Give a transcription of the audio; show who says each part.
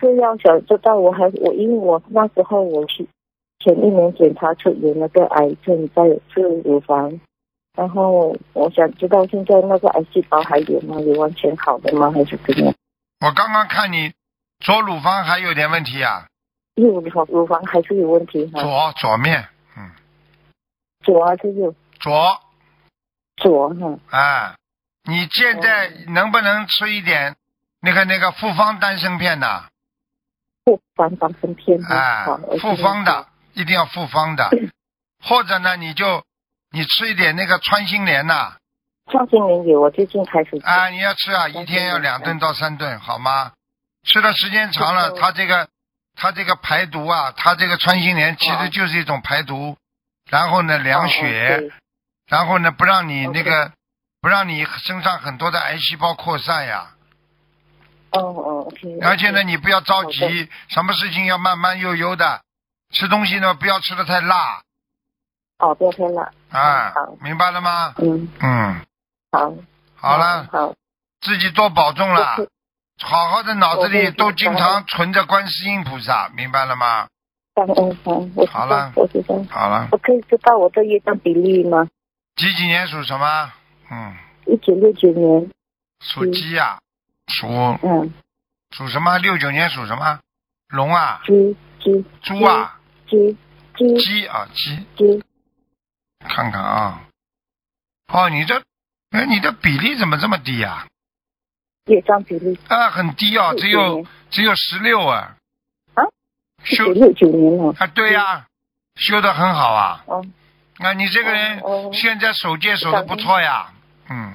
Speaker 1: 是要想知道我还我因为我那时候我去前一年检查出有那个癌症在是乳房，然后我想知道现在那个癌细胞还有吗？有完全好的吗？还是怎样？
Speaker 2: 我刚刚看你左乳房还有点问题啊，
Speaker 1: 右乳房乳房还是有问题哈、
Speaker 2: 左左面，嗯，
Speaker 1: 左还是右？
Speaker 2: 左，
Speaker 1: 左哈、
Speaker 2: 啊，你现
Speaker 1: 哦
Speaker 2: 在能不能吃一点那个那个复方丹参片呢、
Speaker 1: 复方丹参片哈
Speaker 2: 哎
Speaker 1: 嗯好，我，
Speaker 2: 复
Speaker 1: 现在
Speaker 2: 方的一定要复 方的，或者呢，你就你吃一点那个穿心莲呐、啊，
Speaker 1: 创新年有，我最近开始吃
Speaker 2: 你要吃啊，一天要两顿到三顿，好吗？吃的时间长了，
Speaker 1: 嗯
Speaker 2: 它这个它这个排毒啊，它这个穿心莲其实
Speaker 1: 哦
Speaker 2: 就是一种排毒，然后呢凉血，
Speaker 1: 哦
Speaker 2: 然后呢不让你
Speaker 1: OK
Speaker 2: 那个不让你身上很多的癌细胞扩散呀、
Speaker 1: 哦哦，OK。
Speaker 2: 而且呢，，你不要着
Speaker 1: 好
Speaker 2: 急，什么事情要慢慢悠悠的。吃东西呢，不要吃的太辣
Speaker 1: 哦，不要太辣。嗯
Speaker 2: 啊
Speaker 1: 好，
Speaker 2: 明白了吗？
Speaker 1: 嗯，
Speaker 2: 嗯，
Speaker 1: 好。
Speaker 2: 好了，
Speaker 1: 好，
Speaker 2: 自己多保重了
Speaker 1: 就是，
Speaker 2: 好好的脑子
Speaker 1: 我
Speaker 2: 里
Speaker 1: 会
Speaker 2: 都经
Speaker 1: 知道
Speaker 2: 常存着观世音菩萨，明白了吗？
Speaker 1: 感恩好，我知
Speaker 2: 好
Speaker 1: 道
Speaker 2: 了，
Speaker 1: 我知道。
Speaker 2: 好了，
Speaker 1: 我可以知道我的业障比例吗？
Speaker 2: 几几年属什么？嗯，
Speaker 1: 一九六九年，
Speaker 2: 属鸡呀、属
Speaker 1: 嗯，
Speaker 2: 属什么？六九年属什么？龙啊，
Speaker 1: 鸡鸡
Speaker 2: 猪啊，
Speaker 1: 鸡鸡
Speaker 2: 鸡啊，鸡。
Speaker 1: 鸡，
Speaker 2: 看看啊，哦，你这，哎，你的比例怎么这么低呀、
Speaker 1: 业障比例
Speaker 2: 啊？很低哦，只有只有十六啊。
Speaker 1: 啊？一
Speaker 2: 修
Speaker 1: 九六九年了。
Speaker 2: 啊，对呀、修的很好啊。
Speaker 1: 哦，
Speaker 2: 啊，你这个人
Speaker 1: 哦哦
Speaker 2: 现在手戒手的不错呀，嗯，